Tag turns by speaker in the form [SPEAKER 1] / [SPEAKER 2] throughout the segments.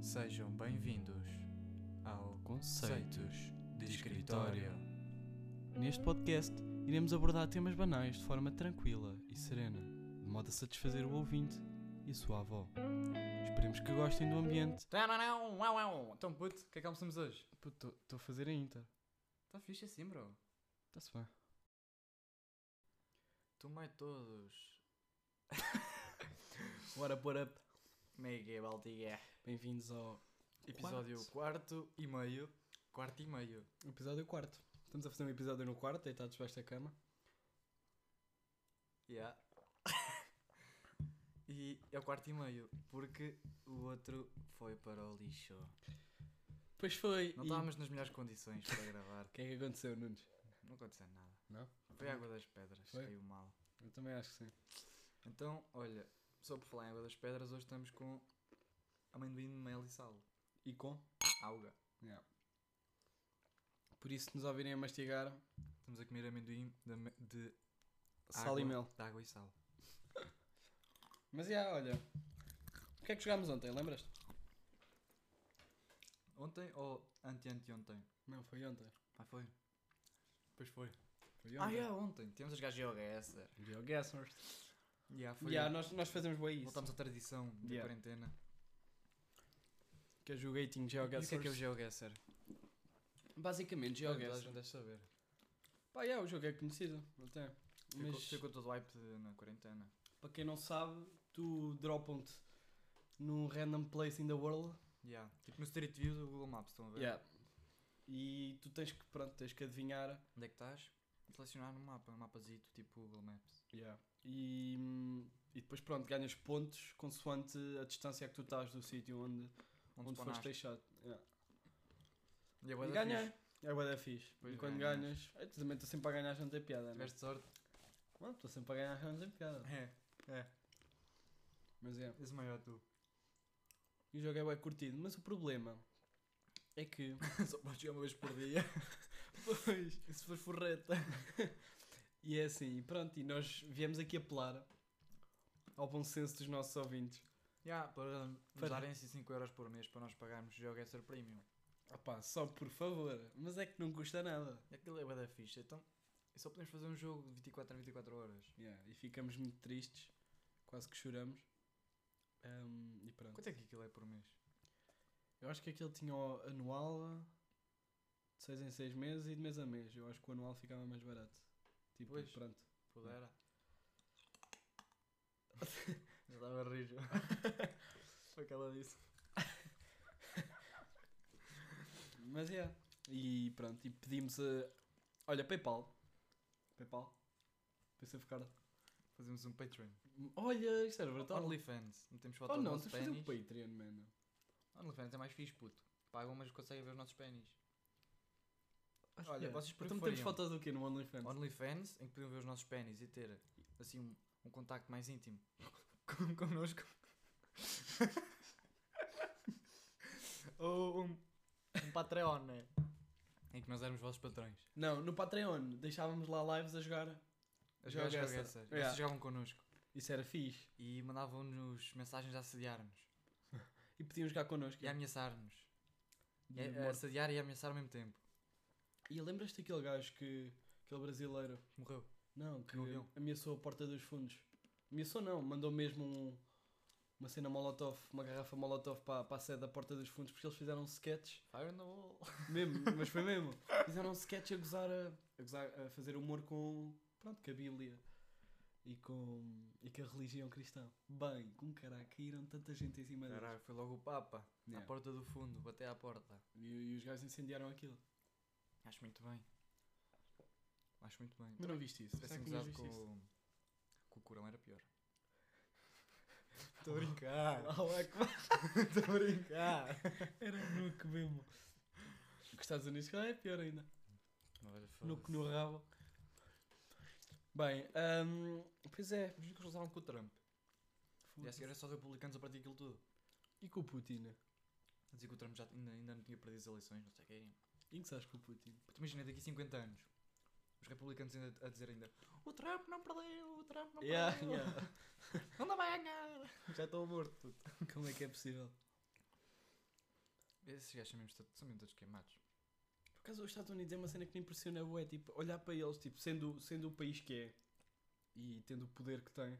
[SPEAKER 1] Sejam bem-vindos ao
[SPEAKER 2] Conceito.
[SPEAKER 1] Conceitos de
[SPEAKER 2] de
[SPEAKER 1] Escritório.
[SPEAKER 2] Neste podcast, iremos abordar temas banais de forma tranquila e serena, de modo a satisfazer o ouvinte e a sua avó. Esperemos que gostem do ambiente.
[SPEAKER 1] Então, puto, o que é que almoçamos hoje?
[SPEAKER 2] Estou a fazer a Inter.
[SPEAKER 1] Está fixe assim, bro.
[SPEAKER 2] Está-se bem.
[SPEAKER 1] Tomei todos.
[SPEAKER 2] Bora, bora.
[SPEAKER 1] Mega Baltiga.
[SPEAKER 2] Bem-vindos ao
[SPEAKER 1] Episódio
[SPEAKER 2] Quarto.
[SPEAKER 1] 4 e meio. Quarto e meio.
[SPEAKER 2] episódio quarto. Estamos a fazer um episódio no quarto, deitados debaixo da cama.
[SPEAKER 1] Yeah. e é o quarto e meio, porque o outro foi para o lixo.
[SPEAKER 2] Pois foi.
[SPEAKER 1] Não
[SPEAKER 2] e-
[SPEAKER 1] estávamos nas melhores condições para gravar.
[SPEAKER 2] O que é que aconteceu, Nunes?
[SPEAKER 1] Não aconteceu nada.
[SPEAKER 2] Não?
[SPEAKER 1] Foi a água das pedras,
[SPEAKER 2] Foi?
[SPEAKER 1] caiu mal.
[SPEAKER 2] Eu também acho que sim.
[SPEAKER 1] Então, olha, só por falar em água das pedras, hoje estamos com amendoim, mel e sal.
[SPEAKER 2] E com?
[SPEAKER 1] Auga.
[SPEAKER 2] Yeah. Por isso, se nos ouvirem a mastigar,
[SPEAKER 1] Estamos a comer amendoim de, me- de
[SPEAKER 2] sal e
[SPEAKER 1] água-
[SPEAKER 2] mel.
[SPEAKER 1] De água e sal.
[SPEAKER 2] Mas já, olha. O que é que jogámos ontem, lembras-te?
[SPEAKER 1] Ontem ou anteanteontem?
[SPEAKER 2] Não, foi ontem.
[SPEAKER 1] Ah, foi? Pois foi.
[SPEAKER 2] Foi
[SPEAKER 1] Ah, é, ontem. Temos as gajas de yoga, é essa.
[SPEAKER 2] Geoguessers.
[SPEAKER 1] Yeah, foi.
[SPEAKER 2] Yeah, nós, nós fazemos bem isso.
[SPEAKER 1] Voltamos à tradição da
[SPEAKER 2] Yeah.
[SPEAKER 1] quarentena.
[SPEAKER 2] Que é jogating
[SPEAKER 1] E o
[SPEAKER 2] Geoguessers.
[SPEAKER 1] que é que é o GeoGuessr?
[SPEAKER 2] Basicamente,
[SPEAKER 1] Toda a
[SPEAKER 2] Geoguessers.
[SPEAKER 1] gente deve saber.
[SPEAKER 2] Pá, yeah, o jogo é conhecido, até.
[SPEAKER 1] Mas...
[SPEAKER 2] Mas,
[SPEAKER 1] Ficou, ficou todo hype de- na quarentena.
[SPEAKER 2] para quem não sabe, tu dropam-te num random place in the world.
[SPEAKER 1] Yeah. Tipo no Street View do Google Maps, estão a ver?
[SPEAKER 2] Yeah. E tu tens que, pronto, tens que adivinhar.
[SPEAKER 1] Onde é que estás? Selecionar no mapa, um mapazito, tipo Google Maps.
[SPEAKER 2] E, hum, e depois, pronto, ganhas pontos consoante a distância que tu estás do sítio onde,
[SPEAKER 1] Onde,
[SPEAKER 2] onde foste
[SPEAKER 1] spawnaste.
[SPEAKER 2] deixado. Yeah.
[SPEAKER 1] E é bué
[SPEAKER 2] E
[SPEAKER 1] da
[SPEAKER 2] ganhei.
[SPEAKER 1] fixe.
[SPEAKER 2] É bué da fixe.
[SPEAKER 1] Pois
[SPEAKER 2] e quando
[SPEAKER 1] ganhas.
[SPEAKER 2] ganhas, é, tu também estou sempre a ganhar, já não tem piada, né?
[SPEAKER 1] Tiveste sorte.
[SPEAKER 2] Mano, estou sempre a ganhar, já não tem piada.
[SPEAKER 1] É, é.
[SPEAKER 2] Mas é.
[SPEAKER 1] Esse maior tu.
[SPEAKER 2] E o jogo é bué curtido, mas o problema é que...
[SPEAKER 1] Só podes jogar uma vez por dia.
[SPEAKER 2] Pois, se for forreta. e é assim, e pronto, e nós viemos aqui apelar ao bom senso dos nossos ouvintes.
[SPEAKER 1] Já, para nos
[SPEAKER 2] Para-
[SPEAKER 1] darem-se 5 euros por mês para nós pagarmos GeoGuessr Premium.
[SPEAKER 2] Opá, só por favor, mas é que não custa nada.
[SPEAKER 1] Aquilo é bué da ficha, então... E só podemos fazer um jogo de 24 a 24 horas.
[SPEAKER 2] Yeah, e ficamos muito tristes, quase que choramos. Ahm, e pronto.
[SPEAKER 1] Quanto é que aquilo é por mês?
[SPEAKER 2] Eu acho que aquele tinha o anual de 6 em 6 meses e de mês a mês. Eu acho que o anual ficava mais barato. Tipo,
[SPEAKER 1] Pois.
[SPEAKER 2] pronto.
[SPEAKER 1] Pudera. Já estava a rir. já. Foi o que ela disse.
[SPEAKER 2] Mas é. E pronto, e pedimos a. Olha, PayPal. PayPal. Pensei ficar.
[SPEAKER 1] Fazemos um Patreon.
[SPEAKER 2] Olha, isto era brutal.
[SPEAKER 1] OnlyFans. Não temos foto
[SPEAKER 2] É Oh
[SPEAKER 1] dos
[SPEAKER 2] não, tens de
[SPEAKER 1] nossos
[SPEAKER 2] fazer um
[SPEAKER 1] pênis.
[SPEAKER 2] Patreon, mano.
[SPEAKER 1] OnlyFans é mais fixe, puto. Pagam, mas conseguem ver os nossos pênis.
[SPEAKER 2] Acho
[SPEAKER 1] Olha,
[SPEAKER 2] que é.
[SPEAKER 1] vocês
[SPEAKER 2] Então temos
[SPEAKER 1] preferiam-
[SPEAKER 2] fotos do quê no OnlyFans?
[SPEAKER 1] OnlyFans, em que podiam ver os nossos pênis e ter assim um, um contacto mais íntimo com, connosco. Ou um, um Patreon, né? Em que nós éramos vossos patrões.
[SPEAKER 2] Não, no Patreon deixávamos lá lives a jogar.
[SPEAKER 1] As
[SPEAKER 2] Joga
[SPEAKER 1] gajas
[SPEAKER 2] essa.
[SPEAKER 1] cabeças.
[SPEAKER 2] Yeah.
[SPEAKER 1] Vocês jogavam connosco.
[SPEAKER 2] Isso era fixe.
[SPEAKER 1] E mandavam-nos mensagens a assediar-nos.
[SPEAKER 2] E podiam jogar connosco.
[SPEAKER 1] E a é ameaçar-nos. E
[SPEAKER 2] De
[SPEAKER 1] a- a
[SPEAKER 2] morte.
[SPEAKER 1] assediar e a ameaçar ao mesmo tempo.
[SPEAKER 2] E lembras-te daquele gajo que. aquele brasileiro.
[SPEAKER 1] Morreu.
[SPEAKER 2] Não, que
[SPEAKER 1] No avião.
[SPEAKER 2] ameaçou a porta dos fundos. Ameaçou não, mandou mesmo um- uma cena molotov, uma garrafa molotov para, para a sede da porta dos fundos, porque eles fizeram um sketch,
[SPEAKER 1] Fire in the wall.
[SPEAKER 2] mesmo, mas foi mesmo. Fizeram um sketch a gozar a, a, gozar- a fazer humor com, pronto, com a Bíblia e com, e com a religião cristã. Bem, com caraca, caíram tanta gente em cima deles.
[SPEAKER 1] Caralho, foi logo o Papa.
[SPEAKER 2] Yeah.
[SPEAKER 1] À porta do fundo, bateu à porta.
[SPEAKER 2] E, e os gajos incendiaram aquilo.
[SPEAKER 1] Acho muito bem. Acho muito bem.
[SPEAKER 2] Mas não viste isso. Será que não
[SPEAKER 1] usado
[SPEAKER 2] viste isso?
[SPEAKER 1] com... com o Corão era pior. Estou a brincar.
[SPEAKER 2] Allahu Akbar.
[SPEAKER 1] Estou a brincar.
[SPEAKER 2] é Era no que mesmo. Os Estados Unidos, se calhar, é pior ainda. No que no rabo. Bem, hum, pois é.
[SPEAKER 1] Os que usaram com o Trump. E a seguir era só os republicanos a partir aquilo tudo.
[SPEAKER 2] E com o Putin?
[SPEAKER 1] A dizer que o Trump já ainda, ainda não tinha perdido as eleições, não sei o quê.
[SPEAKER 2] E que sabes com o Putin?
[SPEAKER 1] Puta, Imagina daqui a 50 anos. Os republicanos ainda a dizer ainda O Trump não perdeu, o Trump não
[SPEAKER 2] Yeah,
[SPEAKER 1] perdeu.
[SPEAKER 2] yeah.
[SPEAKER 1] Não dá vai ganhar. Já estou morto.
[SPEAKER 2] Como é que é possível?
[SPEAKER 1] Esses gajos são mesmo, to- são mesmo todos queimados.
[SPEAKER 2] Por acaso, os Estados Unidos é uma cena que me impressiona, é tipo, olhar para eles, tipo, sendo, sendo o país que é e tendo o poder que tem,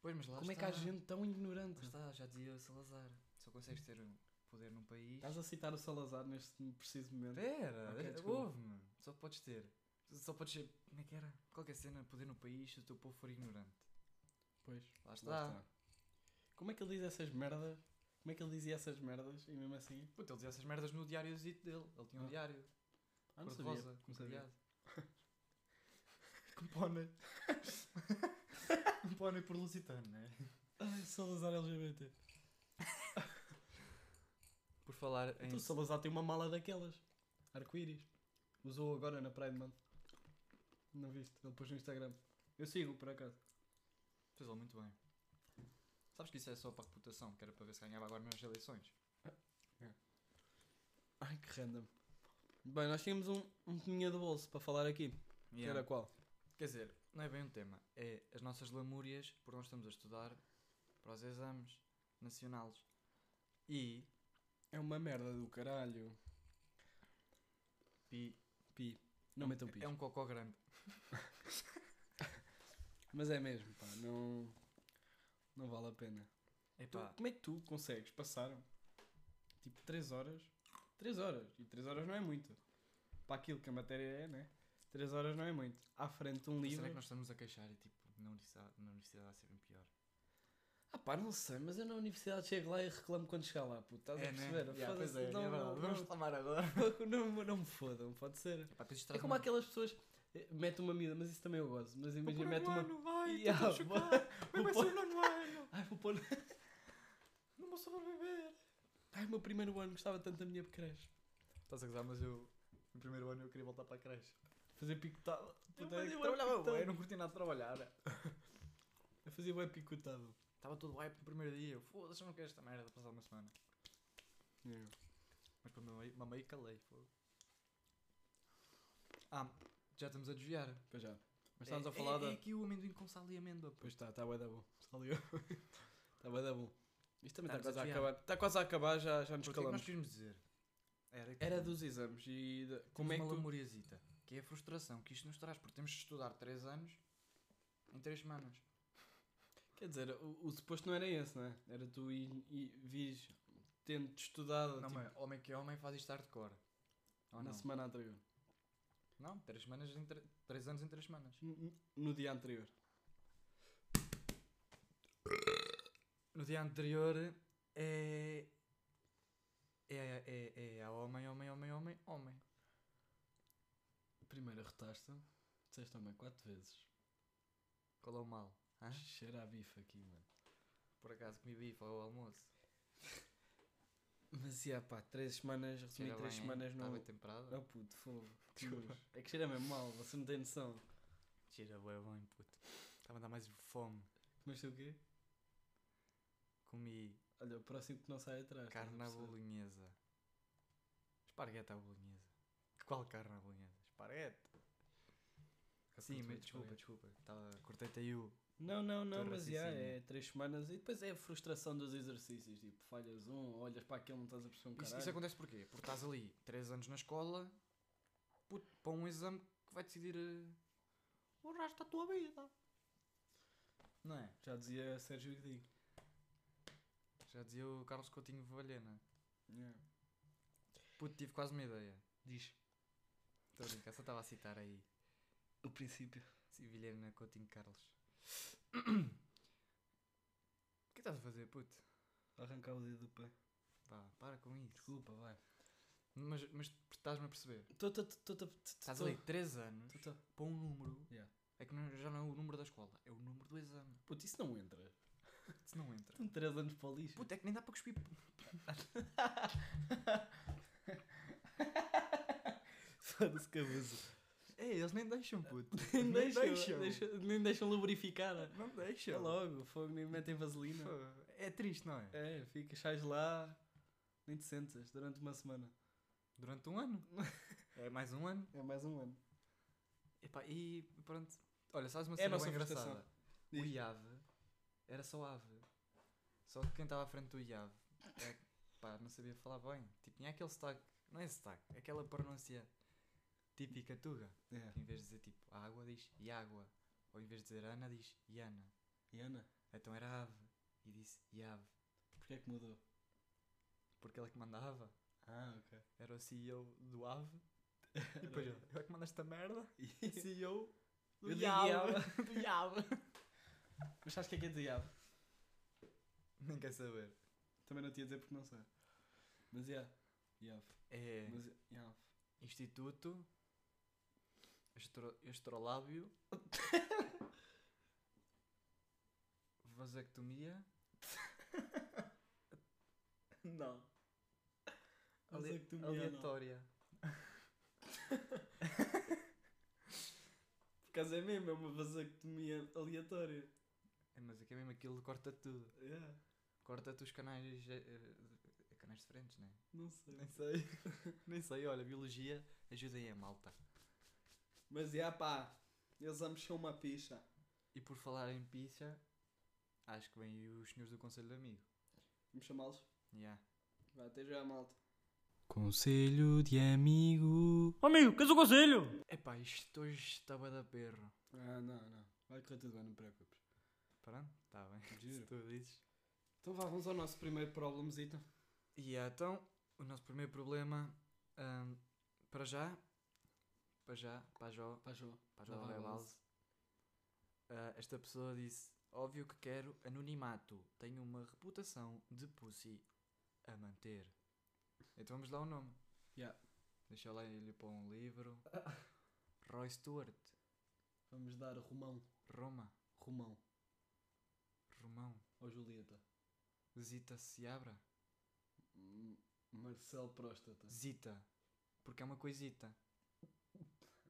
[SPEAKER 1] Pois, mas lá
[SPEAKER 2] como é que
[SPEAKER 1] está.
[SPEAKER 2] há gente tão ignorante?
[SPEAKER 1] Lá está, já dizia o Salazar. Só consegues ter um poder num país.
[SPEAKER 2] Estás a citar o Salazar neste preciso momento.
[SPEAKER 1] Pera,
[SPEAKER 2] Ok,
[SPEAKER 1] eh,
[SPEAKER 2] desculpa.
[SPEAKER 1] ouve-me. Só podes ter. Só podes ser. Como é que era? Qualquer cena, poder no país se o teu povo for ignorante.
[SPEAKER 2] Pois,
[SPEAKER 1] Lá está.
[SPEAKER 2] lá está. Como é que ele diz essas merdas? Como é que ele dizia essas merdas e mesmo assim?
[SPEAKER 1] Puta, ele dizia essas merdas no diáriozito dele. Ele tinha um
[SPEAKER 2] Ah.
[SPEAKER 1] diário.
[SPEAKER 2] Ah, não
[SPEAKER 1] cor de
[SPEAKER 2] sabia.
[SPEAKER 1] rosa,
[SPEAKER 2] não sabia.
[SPEAKER 1] criado. Com pônei. um pônei por lusitano, né?
[SPEAKER 2] Ai, Salazar LGBT.
[SPEAKER 1] Por falar em.
[SPEAKER 2] Então, o Salazar tem uma mala daquelas. Arco-íris. Usou agora na Pride Month. Não viste? Ele pôs no Instagram. Eu sigo, por acaso.
[SPEAKER 1] Fez ele muito bem. Sabes que isso é só para a reputação, que era para ver se ganhava agora nas eleições.
[SPEAKER 2] Ai, que random. Bem, nós tínhamos um, um teminha de bolso para falar aqui. Que
[SPEAKER 1] Yeah.
[SPEAKER 2] era qual?
[SPEAKER 1] Quer dizer, não é bem um tema, é as nossas lamúrias, por nós estamos a estudar para os exames nacionais. E.
[SPEAKER 2] É uma merda do caralho.
[SPEAKER 1] Pi,
[SPEAKER 2] Pi. Não metam pi.
[SPEAKER 1] é um cocó grande.
[SPEAKER 2] Mas é mesmo, pá. Não, não vale a pena. Tu-
[SPEAKER 1] Epá,
[SPEAKER 2] como é que tu consegues passar tipo 3 horas? 3 horas. E 3 horas não é muito. Para aquilo que a matéria é, né? 3 horas não é muito. À frente de um
[SPEAKER 1] mas será
[SPEAKER 2] livro.
[SPEAKER 1] que nós estamos a queixar e tipo, na universidade, na universidade a ser bem pior?
[SPEAKER 2] Ah pá, não sei, mas eu na universidade chego lá e reclamo quando chegar lá, puto. Estás a
[SPEAKER 1] né?
[SPEAKER 2] perceber?
[SPEAKER 1] Yeah, pois
[SPEAKER 2] Foda-se,
[SPEAKER 1] é,
[SPEAKER 2] não,
[SPEAKER 1] é verdade.
[SPEAKER 2] não,
[SPEAKER 1] Vamos
[SPEAKER 2] não,
[SPEAKER 1] reclamar agora.
[SPEAKER 2] não- não me fodam, pode ser.
[SPEAKER 1] Epá, depois isto
[SPEAKER 2] É
[SPEAKER 1] traz
[SPEAKER 2] como
[SPEAKER 1] uma-
[SPEAKER 2] aquelas pessoas. eh, Mete uma mida, mas isso também eu gosto. Mas
[SPEAKER 1] Vou
[SPEAKER 2] imagina,
[SPEAKER 1] pôr
[SPEAKER 2] mete
[SPEAKER 1] um
[SPEAKER 2] uma.
[SPEAKER 1] ano, vai, estou
[SPEAKER 2] Yeah,
[SPEAKER 1] a chocar.
[SPEAKER 2] vou-
[SPEAKER 1] Vai, vai
[SPEAKER 2] vou
[SPEAKER 1] ser o nono ano.
[SPEAKER 2] Ai, vou pôr.
[SPEAKER 1] Não vou sobreviver.
[SPEAKER 2] Ai, o meu primeiro ano gostava tanto da minha creche.
[SPEAKER 1] Estás a gozar, mas eu. No primeiro ano eu queria voltar para a creche.
[SPEAKER 2] Fazer picotada.
[SPEAKER 1] Eu,
[SPEAKER 2] Puta, é que
[SPEAKER 1] trabalhava
[SPEAKER 2] picotada.
[SPEAKER 1] bem, não curti nada de trabalhar.
[SPEAKER 2] Eu fazia bem picotada.
[SPEAKER 1] Estava todo hype no primeiro dia. Eu, Foda-se, eu não quero esta merda passar uma semana.
[SPEAKER 2] É.
[SPEAKER 1] Mas para mamei, mamei e calei. Fogo. Ah, já estamos a desviar.
[SPEAKER 2] Pois já. Mas estávamos
[SPEAKER 1] é,
[SPEAKER 2] a falar
[SPEAKER 1] é,
[SPEAKER 2] da.
[SPEAKER 1] é aqui o amendoim com sal e amêndoa. pô.
[SPEAKER 2] Pois está, está bué da bom. Saliu. Está bué da bom. Isto também
[SPEAKER 1] Estamos
[SPEAKER 2] está quase
[SPEAKER 1] a
[SPEAKER 2] a
[SPEAKER 1] desviar.
[SPEAKER 2] acabar. Está quase a acabar, já, já nos
[SPEAKER 1] Pô, O que é que nós
[SPEAKER 2] calamos.
[SPEAKER 1] queríamos dizer? Era, que
[SPEAKER 2] Era dos exames e de- como é que
[SPEAKER 1] uma
[SPEAKER 2] tu...
[SPEAKER 1] lamoriazita. Que é a frustração que isto nos traz. Porque temos de estudar 3 anos em 3 semanas.
[SPEAKER 2] Quer dizer, o, o suposto não era esse, não é? Era tu ir, ir vires tendo estudado
[SPEAKER 1] Não,
[SPEAKER 2] tipo,
[SPEAKER 1] mas homem que é homem faz isto hardcore. Ou
[SPEAKER 2] na
[SPEAKER 1] não?
[SPEAKER 2] semana anterior.
[SPEAKER 1] Não, 3 semanas em 3 anos em 3 semanas.
[SPEAKER 2] N- n- No dia anterior.
[SPEAKER 1] No dia anterior é. É, é, é a homem, homem, homem, homem, homem.
[SPEAKER 2] Primeiro arrotaste, disseste também quatro vezes.
[SPEAKER 1] Qual é o mal? Hã?
[SPEAKER 2] Cheira a bife aqui, mano.
[SPEAKER 1] Por acaso comi bife ao almoço.
[SPEAKER 2] Mas ia pá, três semanas, resumi
[SPEAKER 1] Cheira
[SPEAKER 2] Assim, três
[SPEAKER 1] bem, Tá
[SPEAKER 2] semanas
[SPEAKER 1] Está
[SPEAKER 2] no...
[SPEAKER 1] bem temperado?
[SPEAKER 2] Oh puto, fogo. que
[SPEAKER 1] Desculpa.
[SPEAKER 2] nojo. É que cheira mesmo mal, você não tem noção.
[SPEAKER 1] Cheira bem, bem, puto. Estava a dar mais fome.
[SPEAKER 2] Mas sei o quê?
[SPEAKER 1] Comi
[SPEAKER 2] Olha, o próximo que não sai atrás. estás a
[SPEAKER 1] carne à
[SPEAKER 2] perceber?
[SPEAKER 1] bolonhesa. Esparguete à bolonhesa. Qual carne à bolonhesa? Esparguete. Sim, mas
[SPEAKER 2] curto muito
[SPEAKER 1] desculpa,
[SPEAKER 2] é esparguete.
[SPEAKER 1] desculpa. Tava... Cortei-te aí o...
[SPEAKER 2] Não, não, não,
[SPEAKER 1] Todo
[SPEAKER 2] mas já
[SPEAKER 1] raciocínio.
[SPEAKER 2] é três semanas e depois é a frustração dos exercícios. Tipo, falhas um, olhas para aquele, não estás a perceber um
[SPEAKER 1] Isso,
[SPEAKER 2] caralho.
[SPEAKER 1] isso acontece porquê? Porque estás ali 3 anos na escola puto, para um exame que vai decidir eh, o resto da tua vida. Não é?
[SPEAKER 2] Já dizia Sérgio Godinho.
[SPEAKER 1] Já dizia o Carlos Coutinho Valhena. Puto, tive quase uma ideia.
[SPEAKER 2] Diz.
[SPEAKER 1] Estou a brincar, só estava a citar aí.
[SPEAKER 2] O princípio.
[SPEAKER 1] Vilhena Coutinho Carlos. O que estás a fazer, puto?
[SPEAKER 2] Arrancar o dedo do pé.
[SPEAKER 1] Pá, para com isso.
[SPEAKER 2] Desculpa, vai.
[SPEAKER 1] Mas, mas estás-me a perceber? Estás
[SPEAKER 2] Estás
[SPEAKER 1] ali 3 anos para um número.
[SPEAKER 2] Yeah.
[SPEAKER 1] É que não- já não é o número da escola, é o número do exame.
[SPEAKER 2] Puto, isso não entra.
[SPEAKER 1] Se não entra.
[SPEAKER 2] Estão três anos para o lixo.
[SPEAKER 1] Puta, é que nem dá para cuspir.
[SPEAKER 2] Foda-se, cabeça.
[SPEAKER 1] É, eles nem deixam, puto.
[SPEAKER 2] Nem
[SPEAKER 1] Nem
[SPEAKER 2] deixam,
[SPEAKER 1] deixam.
[SPEAKER 2] deixa- nem deixam lubrificar.
[SPEAKER 1] Não
[SPEAKER 2] É
[SPEAKER 1] deixam.
[SPEAKER 2] logo, fogo, nem metem vaselina.
[SPEAKER 1] Fogo. É triste, não é?
[SPEAKER 2] É, ficas, sais lá, nem te sentas durante uma semana.
[SPEAKER 1] Durante um ano. é mais um ano.
[SPEAKER 2] É mais um ano.
[SPEAKER 1] Epá, e pronto. Olha, sabes uma
[SPEAKER 2] É a
[SPEAKER 1] cena
[SPEAKER 2] nossa
[SPEAKER 1] bem
[SPEAKER 2] frustração.
[SPEAKER 1] engraçada? O
[SPEAKER 2] Diz.
[SPEAKER 1] IAV era só ave. Só que quem estava à frente do IAV é- pá, não sabia falar bem. Tipo, tinha aquele sotaque, não é sotaque, aquela pronúncia típica tuga.
[SPEAKER 2] É.
[SPEAKER 1] Que em vez de dizer tipo água, diz Iágua. Ou em vez de dizer Ana, diz Iana.
[SPEAKER 2] E Ana,
[SPEAKER 1] Então era ave. E disse Iave.
[SPEAKER 2] porquê é que mudou?
[SPEAKER 1] Porque ela que mandava.
[SPEAKER 2] Ah, ok.
[SPEAKER 1] Era o CEO do ave. E depois eu, eu é que mando esta merda.
[SPEAKER 2] Sim.
[SPEAKER 1] CEO do
[SPEAKER 2] Eu digo
[SPEAKER 1] Iave. do Iave.
[SPEAKER 2] Mas sabes o que é que é diabo?
[SPEAKER 1] Nem quer saber.
[SPEAKER 2] Também não te ia dizer porque não sei. Mas é. Yav.
[SPEAKER 1] É
[SPEAKER 2] Mas Yav.
[SPEAKER 1] Instituto Estro, Estrolábio Vasectomia
[SPEAKER 2] Não.
[SPEAKER 1] ale-
[SPEAKER 2] Vasectomia, não.
[SPEAKER 1] Aleatória.
[SPEAKER 2] Por acaso é mesmo, é uma vasectomia aleatória.
[SPEAKER 1] É, mas é que é mesmo aquilo, corta tudo.
[SPEAKER 2] É.
[SPEAKER 1] Corta-te os canais. eh, eh, canais diferentes, né?
[SPEAKER 2] Não sei.
[SPEAKER 1] Nem sei. Nem sei, olha, biologia, ajudem a malta.
[SPEAKER 2] Mas é pá. Eles ambos são uma picha.
[SPEAKER 1] E por falar em pizza, acho que vêm os senhores do Conselho de Amigo.
[SPEAKER 2] Vamos chamá-los.
[SPEAKER 1] Yeah.
[SPEAKER 2] Vai, até já, malta.
[SPEAKER 1] Conselho de Amigo.
[SPEAKER 2] Amigo, queres o conselho?
[SPEAKER 1] Epá, isto hoje está bué da perro.
[SPEAKER 2] Ah, não, não. Vai correr tudo bem, não te preocupes.
[SPEAKER 1] Pronto, está bem. Se
[SPEAKER 2] Juro.
[SPEAKER 1] tu dizes.
[SPEAKER 2] Então vá, vamos ao nosso primeiro problemzito.
[SPEAKER 1] E é, então, o nosso primeiro problema, ahm, para já, para já, para Jó,
[SPEAKER 2] Pá, João.
[SPEAKER 1] para
[SPEAKER 2] Já
[SPEAKER 1] Jó
[SPEAKER 2] vai
[SPEAKER 1] Rebels, ah, esta pessoa disse, óbvio que quero anonimato, tenho uma reputação de pussy a manter. Então vamos lá ao nome.
[SPEAKER 2] Yeah.
[SPEAKER 1] Deixa eu lá ele para um livro. Roy Stewart,
[SPEAKER 2] Vamos dar Romão.
[SPEAKER 1] Roma,
[SPEAKER 2] Romão.
[SPEAKER 1] Romão,
[SPEAKER 2] Ou Julieta.
[SPEAKER 1] Zita Seabra,
[SPEAKER 2] M- Marcelo Próstata.
[SPEAKER 1] Zita, porque é uma coisita.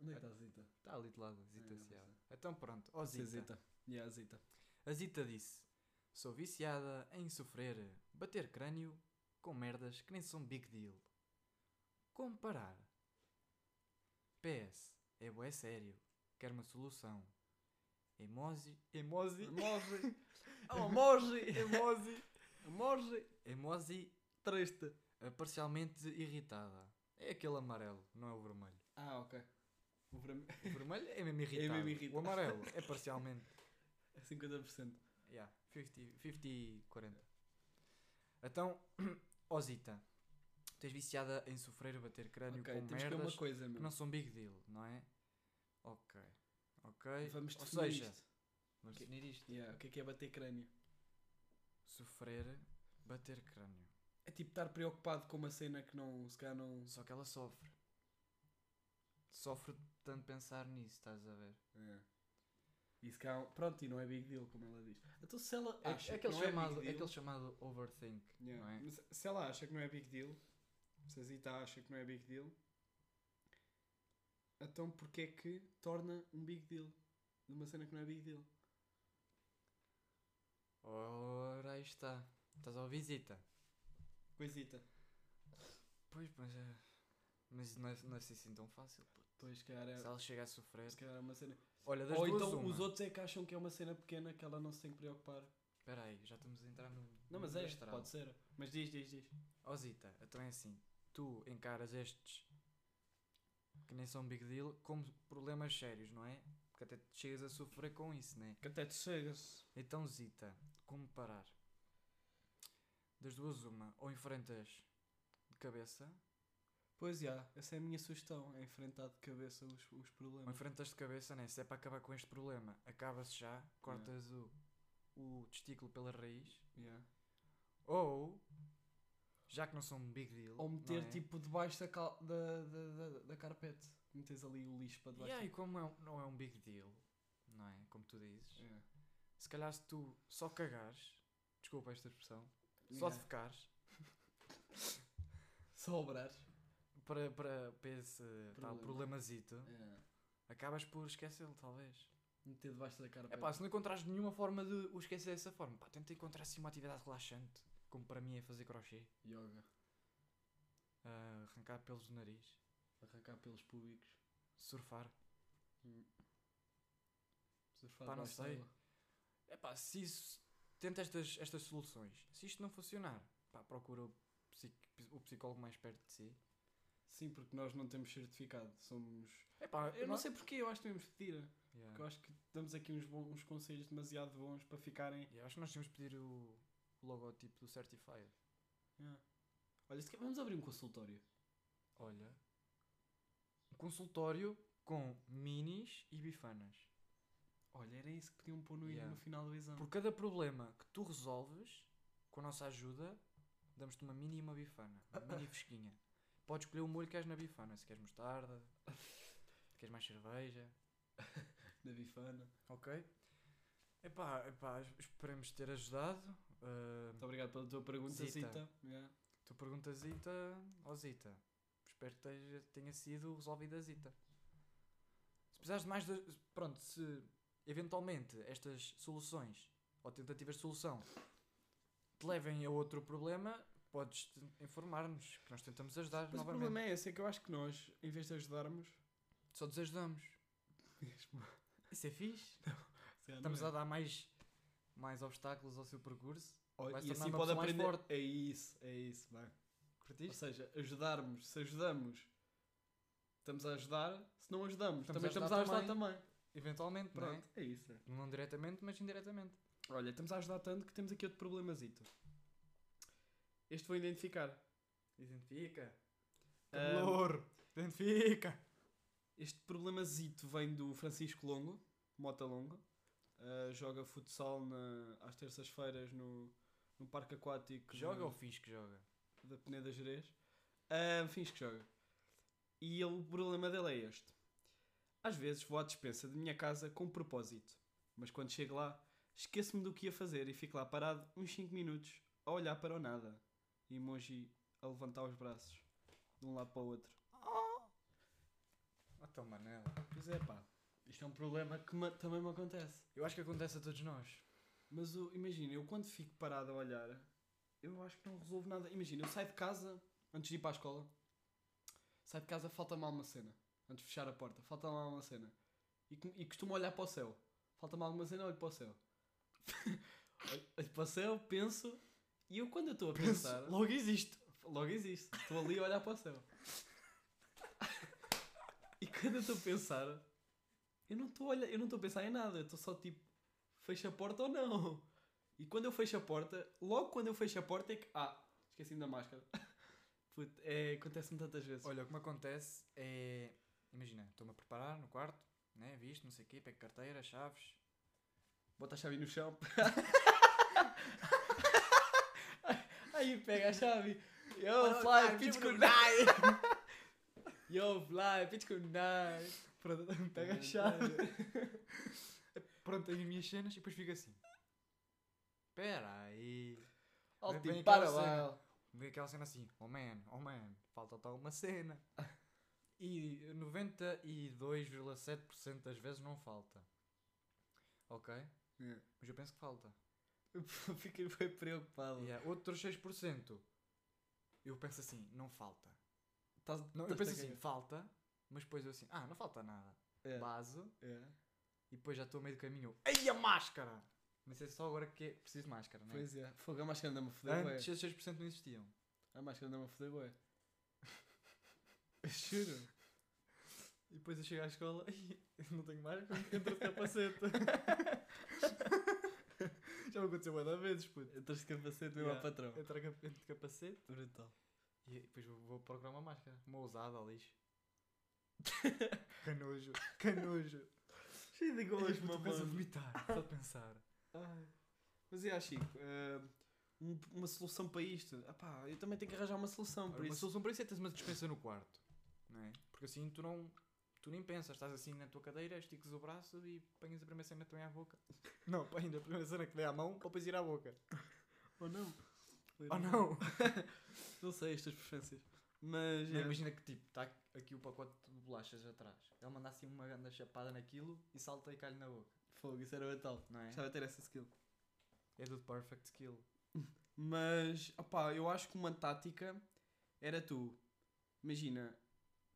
[SPEAKER 2] Onde é que está a Zita?
[SPEAKER 1] Está ali de lado, Zita
[SPEAKER 2] É, não
[SPEAKER 1] Seabra. Então pronto, ó
[SPEAKER 2] Sim,
[SPEAKER 1] Zita.
[SPEAKER 2] Zita. Yeah, Zita.
[SPEAKER 1] A Zita disse: Sou viciada em sofrer, bater crânio com merdas que nem são big deal. Como parar? PS, é bué sério, quero uma solução. Emoji, emoji,
[SPEAKER 2] Moji.
[SPEAKER 1] Oh,
[SPEAKER 2] Moji.
[SPEAKER 1] emoji,
[SPEAKER 2] Moji.
[SPEAKER 1] emoji,
[SPEAKER 2] Triste.
[SPEAKER 1] eh, parcialmente irritada. É aquele amarelo, não é o vermelho.
[SPEAKER 2] Ah, ok. O vermelho
[SPEAKER 1] O vermelho é mesmo irritado.
[SPEAKER 2] irritado.
[SPEAKER 1] O amarelo é parcialmente.
[SPEAKER 2] é 50%.
[SPEAKER 1] Yeah, 50, 50 40. Então, Osita, tu és viciada em sofrer, bater crânio
[SPEAKER 2] ok,
[SPEAKER 1] com
[SPEAKER 2] temos que ver
[SPEAKER 1] merdas
[SPEAKER 2] uma coisa,
[SPEAKER 1] que
[SPEAKER 2] meu.
[SPEAKER 1] não são big deal, não é? Ok. Ok.
[SPEAKER 2] Vamos
[SPEAKER 1] Ou
[SPEAKER 2] definir
[SPEAKER 1] seja,
[SPEAKER 2] isto.
[SPEAKER 1] vamos
[SPEAKER 2] Que-
[SPEAKER 1] definir isto.
[SPEAKER 2] Yeah, o que é que é bater crânio?
[SPEAKER 1] Sofrer, bater crânio.
[SPEAKER 2] É tipo estar preocupado com uma cena que não, se calhar não...
[SPEAKER 1] Só que ela sofre. Sofre de tanto pensar nisso, estás a ver?
[SPEAKER 2] É. E se calhar, pronto, e não é big deal, como ela diz. Então se ela
[SPEAKER 1] É,
[SPEAKER 2] acha
[SPEAKER 1] é aquele,
[SPEAKER 2] que não
[SPEAKER 1] chamado,
[SPEAKER 2] é
[SPEAKER 1] é
[SPEAKER 2] big deal...
[SPEAKER 1] aquele chamado overthink,
[SPEAKER 2] Yeah,
[SPEAKER 1] não é?
[SPEAKER 2] mas se ela acha que não é big deal, se a Zita acha que não é big deal, então porque é que torna um big deal de uma cena que não é big deal?
[SPEAKER 1] Ora, aí está. Estás ao visita.
[SPEAKER 2] Coisita.
[SPEAKER 1] Pois, mas é. Mas não é, não é assim tão fácil. puto.
[SPEAKER 2] Pois, se calhar é,
[SPEAKER 1] Se ela chega a sofrer.
[SPEAKER 2] se calhar é uma cena...
[SPEAKER 1] Olha, das
[SPEAKER 2] Ou
[SPEAKER 1] duas,
[SPEAKER 2] então
[SPEAKER 1] uma.
[SPEAKER 2] os outros é que acham que é uma cena pequena que ela não se tem que preocupar.
[SPEAKER 1] Espera aí, já estamos a entrar no.
[SPEAKER 2] Não, mas
[SPEAKER 1] no
[SPEAKER 2] é,
[SPEAKER 1] astral.
[SPEAKER 2] pode ser. Mas diz, diz, diz.
[SPEAKER 1] Ó Zita, então é assim. Tu encaras estes que nem são um big deal como problemas sérios, não é? Porque até te chegas a sofrer com isso, não é?
[SPEAKER 2] Que até te chegas.
[SPEAKER 1] Então, Zita, como parar? Das duas, uma. Ou enfrentas de cabeça,
[SPEAKER 2] Pois já, essa é a minha sugestão, é enfrentar de cabeça os, os
[SPEAKER 1] ou
[SPEAKER 2] problemas.
[SPEAKER 1] enfrentas de cabeça, né? Se é para acabar com este problema, acaba-se já, cortas o, o testículo pela raiz.
[SPEAKER 2] Yeah.
[SPEAKER 1] Ou, já que não são big deal,
[SPEAKER 2] Ou meter
[SPEAKER 1] não é?
[SPEAKER 2] tipo debaixo da, cal- da, da, da, da carpete. Metes ali o lixo para debaixo.
[SPEAKER 1] Yeah, e como é um- não é um big deal, não é? Como tu dizes,
[SPEAKER 2] da- Yeah.
[SPEAKER 1] se calhar se tu só cagares, desculpa esta expressão, só
[SPEAKER 2] Yeah.
[SPEAKER 1] de ficares
[SPEAKER 2] Só obrares.
[SPEAKER 1] para, para, para esse tal
[SPEAKER 2] Problema.
[SPEAKER 1] problemazito,
[SPEAKER 2] Yeah.
[SPEAKER 1] acabas por esquecê-lo, talvez.
[SPEAKER 2] Meter debaixo da carpete.
[SPEAKER 1] É pá, se não encontrares nenhuma forma de o esquecer dessa forma, pá, tenta encontrar assim uma atividade relaxante, como para mim é fazer crochê,
[SPEAKER 2] Yoga.
[SPEAKER 1] ah, arrancar pelos do nariz,
[SPEAKER 2] Arrancar pelos públicos.
[SPEAKER 1] surfar.
[SPEAKER 2] Surfar
[SPEAKER 1] Pá, não
[SPEAKER 2] debaixo
[SPEAKER 1] sei.
[SPEAKER 2] d'água.
[SPEAKER 1] É pá, se isso. Tenta estas, estas soluções. Se isto não funcionar, pá, procura psic- o psicólogo mais perto de si.
[SPEAKER 2] Sim, porque nós não temos certificado. Somos.
[SPEAKER 1] Epá,
[SPEAKER 2] Eu não sei porquê, eu acho que devemos pedir.
[SPEAKER 1] Yeah.
[SPEAKER 2] Porque eu acho que damos aqui uns, bons, uns conselhos demasiado bons para ficarem.
[SPEAKER 1] Yeah, acho que nós tínhamos de pedir o logotipo do Certified.
[SPEAKER 2] Yeah. Olha, se quer- vamos abrir um consultório.
[SPEAKER 1] Olha. Um consultório com minis e bifanas.
[SPEAKER 2] Olha, era isso que podiam pôr no,
[SPEAKER 1] Yeah.
[SPEAKER 2] no final do exame.
[SPEAKER 1] Por cada problema que tu resolves, com a nossa ajuda, damos-te uma mini e uma bifana. Uma mini fresquinha. Podes escolher o molho que queres na bifana. Se queres mostarda, se queres mais cerveja.
[SPEAKER 2] Da bifana.
[SPEAKER 1] Ok. Epá, epá, esperemos ter ajudado. Ah,
[SPEAKER 2] Muito obrigado pela tua pergunta,
[SPEAKER 1] Zita.
[SPEAKER 2] Zita. Yeah.
[SPEAKER 1] tu perguntas Zita, ó Zita. Espero que teja- tenha sido resolvida a Zita. Se precisares de mais. De, pronto, se eventualmente estas soluções ou tentativas de solução te levem a outro problema, podes te informar-nos que nós tentamos ajudar
[SPEAKER 2] Mas o
[SPEAKER 1] novamente.
[SPEAKER 2] problema é esse, é que eu acho que nós, em vez de ajudarmos,
[SPEAKER 1] Só desajudamos.
[SPEAKER 2] mesmo.
[SPEAKER 1] Isso é fixe. Estamos a dar mais, mais obstáculos ao seu percurso.
[SPEAKER 2] Olha,
[SPEAKER 1] vai-se
[SPEAKER 2] e
[SPEAKER 1] tornar
[SPEAKER 2] assim
[SPEAKER 1] uma
[SPEAKER 2] pode
[SPEAKER 1] pessoa mais
[SPEAKER 2] aprender.
[SPEAKER 1] forte.
[SPEAKER 2] É isso, é isso, bem. Ou
[SPEAKER 1] Curtiste?
[SPEAKER 2] seja, ajudarmos, se ajudamos, estamos a ajudar, se não ajudamos,
[SPEAKER 1] Estamos
[SPEAKER 2] também
[SPEAKER 1] a ajudar
[SPEAKER 2] estamos a ajudar também.
[SPEAKER 1] Eventualmente, não é?
[SPEAKER 2] Pronto, é isso. é.
[SPEAKER 1] Não diretamente, mas indiretamente.
[SPEAKER 2] Olha, estamos a ajudar tanto que temos aqui outro problemazito. Este vou identificar.
[SPEAKER 1] Identifica.
[SPEAKER 2] Ahm,
[SPEAKER 1] Calor. Identifica.
[SPEAKER 2] Este problemazito vem do Francisco Longo, Mota Longo. Uh, joga futsal na- às terças-feiras no, no parque aquático
[SPEAKER 1] Que joga
[SPEAKER 2] da,
[SPEAKER 1] ou fiz que joga?
[SPEAKER 2] da Peneda Jerez. Uh, fins que joga. E ele- o problema dele é este. Às vezes vou à despensa de minha casa com propósito, mas quando chego lá, esqueço-me do que ia fazer e fico lá parado uns 5 minutos a olhar para o nada. Emoji a levantar os braços de um lado para o outro.
[SPEAKER 1] Ah, tão manela.
[SPEAKER 2] Pois é, pá. Isto é um problema que ma- também me acontece.
[SPEAKER 1] Eu acho que acontece a todos nós.
[SPEAKER 2] Mas eu- imagina, eu quando fico parado a olhar, eu acho que não resolvo nada. Imagina, eu saio de casa, antes de ir para a escola, saio de casa, falta-me alguma cena. Antes de fechar a porta, falta-me alguma cena. E, com- e costumo olhar para o céu. Falta-me alguma cena, olho para o céu. olho, olho para o céu, penso, e eu quando eu estou a pensar,
[SPEAKER 1] Penso, logo existe.
[SPEAKER 2] logo existe. Estou ali a olhar para o céu. e quando eu estou a pensar, eu não estou a olhar- eu não estou a pensar em nada, eu estou só tipo, fecho a porta ou não. E quando eu fecho a porta, logo quando eu fecho a porta é que. Ah, esqueci-me da máscara. Puto, é, acontece-me tantas vezes.
[SPEAKER 1] Olha, o que me acontece é. Imagina, estou-me a preparar no quarto, né? Visto, não sei o quê, pego carteira, chaves.
[SPEAKER 2] Bota a chave no chão. Aí pega a chave. Yo, fly, pitch good night. Yo, fly, pitch good night. Pronto, pega a chave.
[SPEAKER 1] Pronto, tenho as minhas cenas e depois fico assim. Espera aí.
[SPEAKER 2] Ó,
[SPEAKER 1] Vem
[SPEAKER 2] tipo,
[SPEAKER 1] aquela
[SPEAKER 2] para
[SPEAKER 1] cena.
[SPEAKER 2] lá.
[SPEAKER 1] Vê aquela cena assim, oh man, oh man, falta tal uma cena. E 92,7% das vezes não falta. Ok? Mas eu penso que falta.
[SPEAKER 2] Fiquei bem preocupado.
[SPEAKER 1] E há outros 6%. Eu penso assim, não falta.
[SPEAKER 2] Tás-
[SPEAKER 1] Não, eu penso
[SPEAKER 2] tás- tá
[SPEAKER 1] assim,
[SPEAKER 2] cagado.
[SPEAKER 1] falta, mas depois eu assim, ah, não falta nada.
[SPEAKER 2] É,
[SPEAKER 1] Baso,
[SPEAKER 2] é.
[SPEAKER 1] e depois já estou a meio do caminho. eu, Ei, a máscara! Mas é só agora que é preciso de máscara, não é?
[SPEAKER 2] Pois é. Fogo, a máscara anda-me a foder,
[SPEAKER 1] Antes
[SPEAKER 2] ué.
[SPEAKER 1] esses 6% não existiam.
[SPEAKER 2] A máscara anda-me a foder, ué. Juro.
[SPEAKER 1] E depois eu chego à escola e não tenho mais, entro de capacete. Já me aconteceu uma vezes, puto.
[SPEAKER 2] Entras de capacete mesmo
[SPEAKER 1] Yeah.
[SPEAKER 2] ao patrão.
[SPEAKER 1] Entro, a cap- entro de capacete
[SPEAKER 2] Brutal.
[SPEAKER 1] e depois vou, vou procurar uma máscara. Uma ousada ao lixo. Canojo, canojo.
[SPEAKER 2] Cheio de
[SPEAKER 1] Hoje me a vomitar, só de pensar.
[SPEAKER 2] Ai. Mas é, Chico, eh, um- uma solução para isto. Ah pá, eu também tenho que arranjar uma solução
[SPEAKER 1] Ora,
[SPEAKER 2] para
[SPEAKER 1] Uma
[SPEAKER 2] isso.
[SPEAKER 1] solução para isso é teres uma dispensa no quarto, não é? Porque assim tu não. Tu nem pensas, estás assim na tua cadeira, esticas o braço e apanhas a primeira cena que te vem à boca. Não, apanhas a primeira cena que te vem à mão para depois ir à boca.
[SPEAKER 2] Ou não?
[SPEAKER 1] Oh não!
[SPEAKER 2] Não sei, estas preferências. Mas.
[SPEAKER 1] Não,
[SPEAKER 2] é.
[SPEAKER 1] imagina que tipo, está aqui o pacote de bolachas atrás. Ele manda assim uma grande chapada naquilo e salta e cai-lhe na boca,
[SPEAKER 2] Fogo, isso era batal.
[SPEAKER 1] não é?
[SPEAKER 2] Gostava de ter essa skill.
[SPEAKER 1] É do perfect skill.
[SPEAKER 2] Mas, opá, eu acho que uma tática era tu. Imagina,